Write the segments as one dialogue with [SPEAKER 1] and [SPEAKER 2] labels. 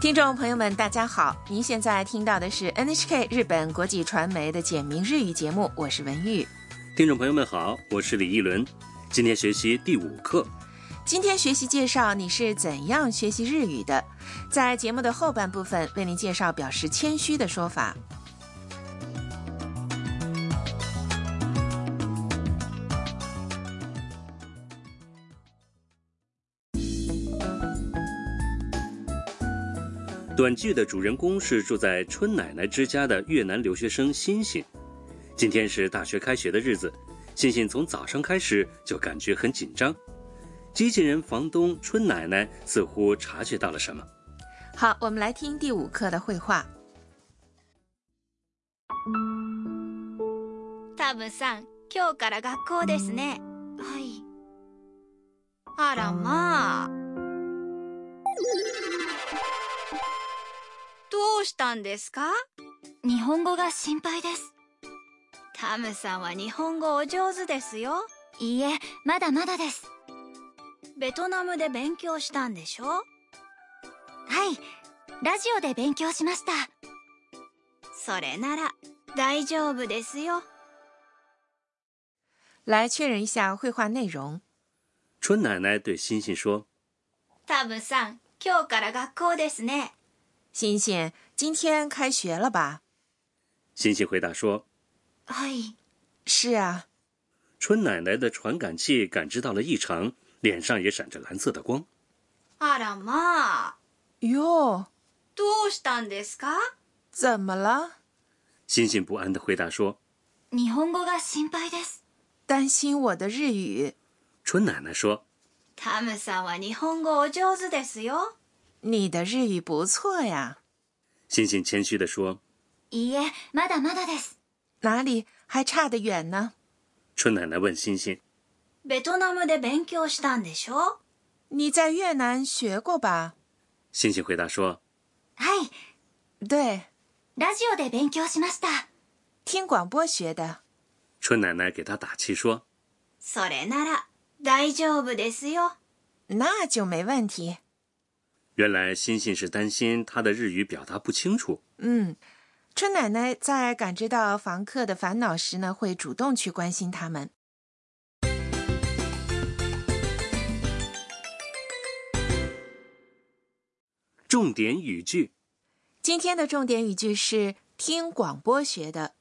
[SPEAKER 1] 听众朋友们，大家好！您现在听到的是 NHK 日本国际传媒的简明日语节目，我是文玉。
[SPEAKER 2] 听众朋友们好，我是李一伦。今天学习第五课，
[SPEAKER 1] 今天学习介绍你是怎样学习日语的，在节目的后半部分为您介绍表示谦虚的说法。
[SPEAKER 2] 短剧的主人公是住在春奶奶之家的越南留学生欣欣。今天是大学开学的日子，欣欣从早上开始就感觉很紧张。机器人房东春奶奶似乎察觉到了什么。
[SPEAKER 1] 好，我们来听第五课的绘画。
[SPEAKER 3] タブさん、今日から学校ですね。はい。あらまあ。どうしたんですか
[SPEAKER 4] 日本語が心配です。
[SPEAKER 3] タムさんは日本語お上手ですよ。
[SPEAKER 4] いいえ、まだまだです。
[SPEAKER 3] ベトナムで勉強したんでしょ
[SPEAKER 4] はい。ラジオで勉強しました。
[SPEAKER 3] それなら大丈夫ですよ。
[SPEAKER 1] 来确认一下绘画内容。
[SPEAKER 2] 春奶奶对欣欣说
[SPEAKER 3] タムさん、今日から学校ですね。
[SPEAKER 1] 欣欣，今天开学了吧？：“
[SPEAKER 2] 欣欣回答说，
[SPEAKER 3] はい。
[SPEAKER 1] 是啊。
[SPEAKER 2] 春奶奶的传感器感知到了异常，脸上也闪着蓝色的光。
[SPEAKER 3] あらまあ。
[SPEAKER 1] 哟，
[SPEAKER 3] どうしたんですか
[SPEAKER 1] 怎么了？”
[SPEAKER 2] 欣欣不安地回答说
[SPEAKER 4] 日本語が心配です。
[SPEAKER 1] 担心我的日语。：“
[SPEAKER 2] 春奶奶说，
[SPEAKER 3] タムさんは日本語お上手ですよ。
[SPEAKER 1] 你的日语不错呀，
[SPEAKER 2] 欣欣谦虚地说。
[SPEAKER 4] いいえ、まだまだです。
[SPEAKER 1] 哪里还差得远呢？”
[SPEAKER 2] 春奶奶问欣欣
[SPEAKER 3] ベトナムで勉強したんでしょ
[SPEAKER 1] 你在越南学过吧？：“
[SPEAKER 2] 欣欣回答说，
[SPEAKER 4] はい。
[SPEAKER 1] 对，
[SPEAKER 4] ラジオで勉強しました。
[SPEAKER 1] 听广播学的。
[SPEAKER 2] 春奶奶给她打气说。”
[SPEAKER 3] それなら大丈夫ですよ。
[SPEAKER 1] 那就没问题。
[SPEAKER 2] 原来欣欣是担心她的日语表达不清楚。
[SPEAKER 1] 嗯，春奶奶在感知到房客的烦恼时呢，会主动去关心他们。
[SPEAKER 2] 重点语句
[SPEAKER 1] 今天的重点语句是听广播学的。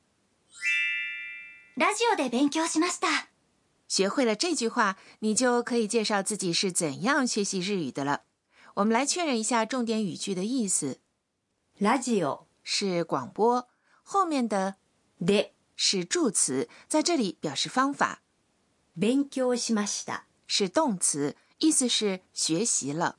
[SPEAKER 4] ラジオで勉強しました。
[SPEAKER 1] 学会了这句话，你就可以介绍自己是怎样学习日语的了。我们来确认一下重点语句的意思
[SPEAKER 5] ラジオ
[SPEAKER 1] 是广播，后面的
[SPEAKER 5] で
[SPEAKER 1] 是助词，在这里表示方法，
[SPEAKER 5] 勉強しました。
[SPEAKER 1] 是动词，意思是学习了。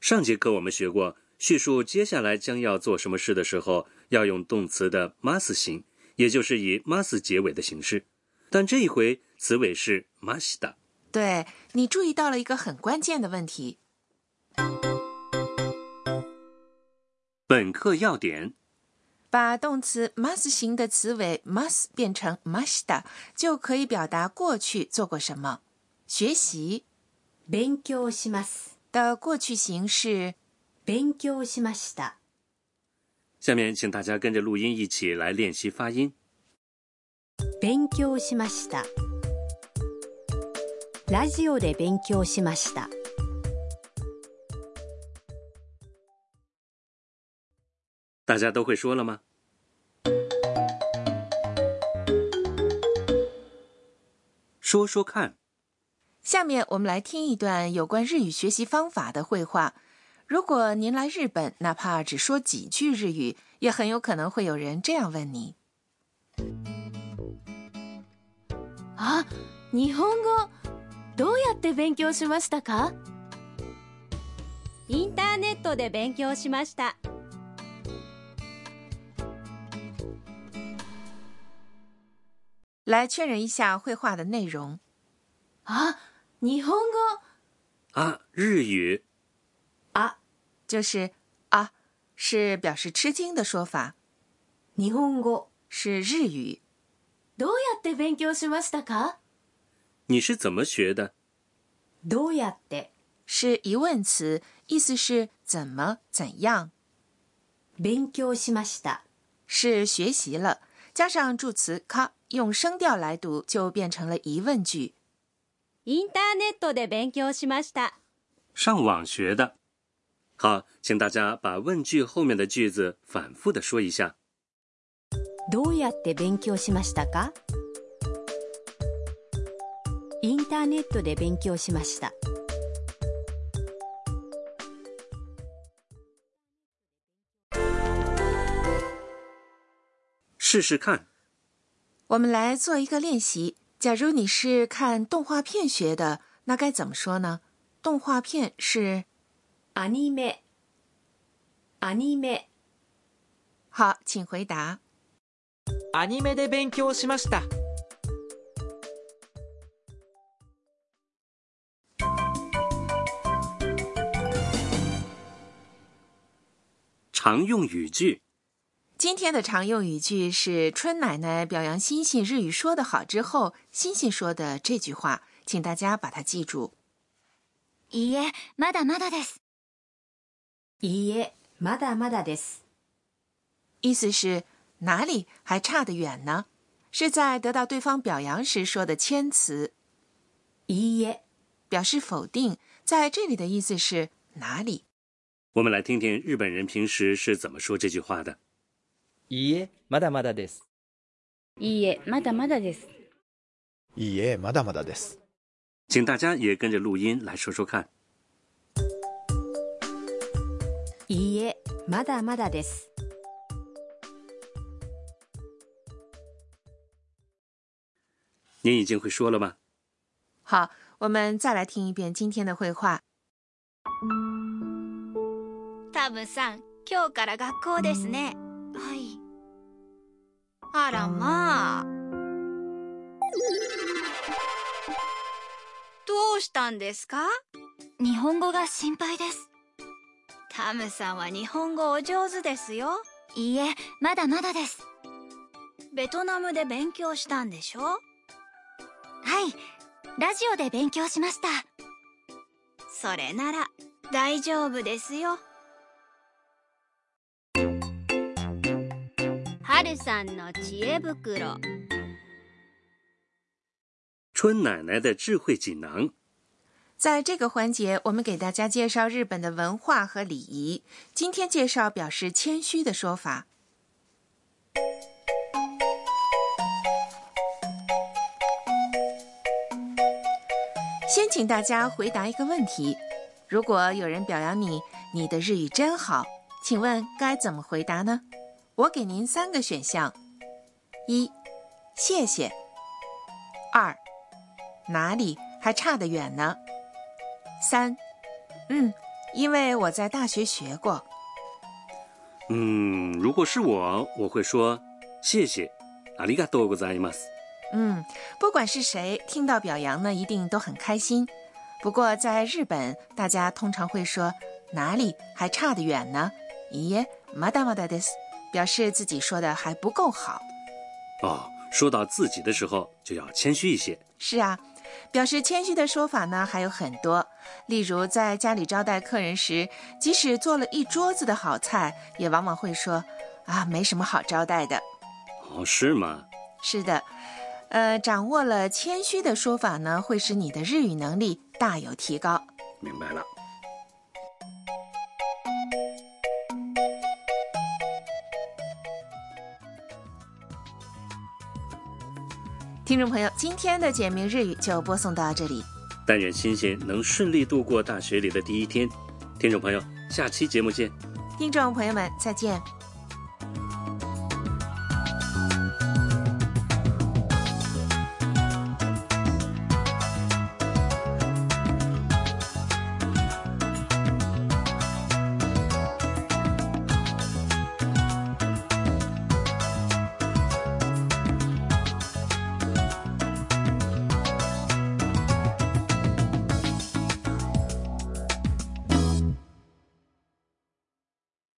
[SPEAKER 2] 上节课我们学过，叙述接下来将要做什么事的时候，要用动词的 mas 形，也就是以 mas 结尾的形式。但这一回词尾是 mashita。
[SPEAKER 1] 对你注意到了一个很关键的问题，
[SPEAKER 2] 本课要点：
[SPEAKER 1] 把动词 must 形的词尾 must 变成 must，就可以表达过去做过什么。学习
[SPEAKER 5] 勉強します。
[SPEAKER 1] 的过去形式
[SPEAKER 5] 勉強しました。
[SPEAKER 2] 下面请大家跟着录音一起来练习发音。
[SPEAKER 5] 勉強しました。ラジオで勉強しました。
[SPEAKER 2] 大家都会说了吗？说说看，
[SPEAKER 1] 下面我们来听一段有关日语学习方法的绘画。如果您来日本，哪怕只说几句日语，也很有可能会有人这样问你。
[SPEAKER 6] あ、日本語どうやって勉強しましたか
[SPEAKER 7] インターネットで勉強しました
[SPEAKER 1] 来确认一下绘画的内容。
[SPEAKER 6] あ、日本語
[SPEAKER 2] 啊，日语
[SPEAKER 5] あ、
[SPEAKER 1] 就是啊，是表示吃惊的说法，
[SPEAKER 5] 日本語。
[SPEAKER 1] 是日语。
[SPEAKER 6] どうやって勉強しましたか
[SPEAKER 2] 你是怎么学的？
[SPEAKER 5] どうやって
[SPEAKER 1] 是疑问词，意思是怎么、怎样
[SPEAKER 5] 勉強しました。
[SPEAKER 1] 是学习了，加上助词か，用声调来读就变成了疑问句。
[SPEAKER 7] インターネットで勉強しました。
[SPEAKER 2] 上网学的。好，请大家把问句后面的句子反复的说一下。
[SPEAKER 5] どうやって勉強しましたかインターネットで勉強しました。
[SPEAKER 2] 试试看。
[SPEAKER 1] 我们来做一个练习。假如你是看动画片学的，那该怎么说呢？动画片是
[SPEAKER 5] アニメ、アニメ、
[SPEAKER 1] 好，请回答。
[SPEAKER 8] アニメで勉強しました
[SPEAKER 2] 常用语句。
[SPEAKER 1] 今天的常用语句是春奶奶表扬星星日语说得好之后，星星说的这句话，请大家把它记住。
[SPEAKER 4] いいえ、まだまだです。
[SPEAKER 5] いいえ、まだまだです。
[SPEAKER 1] 意思是哪里还差得远呢？是在得到对方表扬时说的谦词，
[SPEAKER 5] いいえ、
[SPEAKER 1] 表示否定。在这里的意思是哪里？
[SPEAKER 2] 我们来听听日本人平时是怎么说这句话的。
[SPEAKER 8] いいえまだまだです
[SPEAKER 7] いいえ、まだまだです。
[SPEAKER 9] いいえ、まだまだです。
[SPEAKER 2] 请大家也跟着录音来说说看。
[SPEAKER 5] いいえ、まだまだです。
[SPEAKER 2] 您已经会说了吗？
[SPEAKER 1] 好，我们再来听一遍今天的绘画。
[SPEAKER 3] タブさん、今日から学校ですね。はい。あらまあ。どうしたんですか
[SPEAKER 4] 日本語が心配です。
[SPEAKER 3] タムさんは日本語お上手ですよ。
[SPEAKER 4] いいえ、まだまだです。
[SPEAKER 3] ベトナムで勉強したんでしょ
[SPEAKER 4] はい。ラジオで勉強しました。
[SPEAKER 3] それなら大丈夫ですよ。
[SPEAKER 7] はるさんの知恵袋。
[SPEAKER 2] 春奶奶的智慧锦囊。
[SPEAKER 1] 在这个环节，我们给大家介绍日本的文化和礼仪。今天介绍表示谦虚的说法。先请大家回答一个问题：如果有人表扬你，你的日语真好，请问该怎么回答呢？我给您三个选项：一，谢谢；二，哪里还差得远呢？三，嗯，因为我在大学学过。
[SPEAKER 2] 嗯，如果是我，我会说谢谢，ありがとうございます。
[SPEAKER 1] 嗯，不管是谁听到表扬呢，一定都很开心。不过在日本，大家通常会说哪里还差得远呢？いいえ、まだまだです，表示自己说的还不够好。
[SPEAKER 2] 哦，说到自己的时候就要谦虚一些。
[SPEAKER 1] 是啊，表示谦虚的说法呢还有很多，例如在家里招待客人时，即使做了一桌子的好菜，也往往会说啊没什么好招待的。
[SPEAKER 2] 哦，是吗？
[SPEAKER 1] 是的，呃，掌握了谦虚的说法呢，会使你的日语能力大有提高。
[SPEAKER 2] 明白了。
[SPEAKER 1] 听众朋友，今天的简明日语就播送到这里。
[SPEAKER 2] 但愿欣欣能顺利度过大学里的第一天。听众朋友，下期节目见。
[SPEAKER 1] 听众朋友们，再见。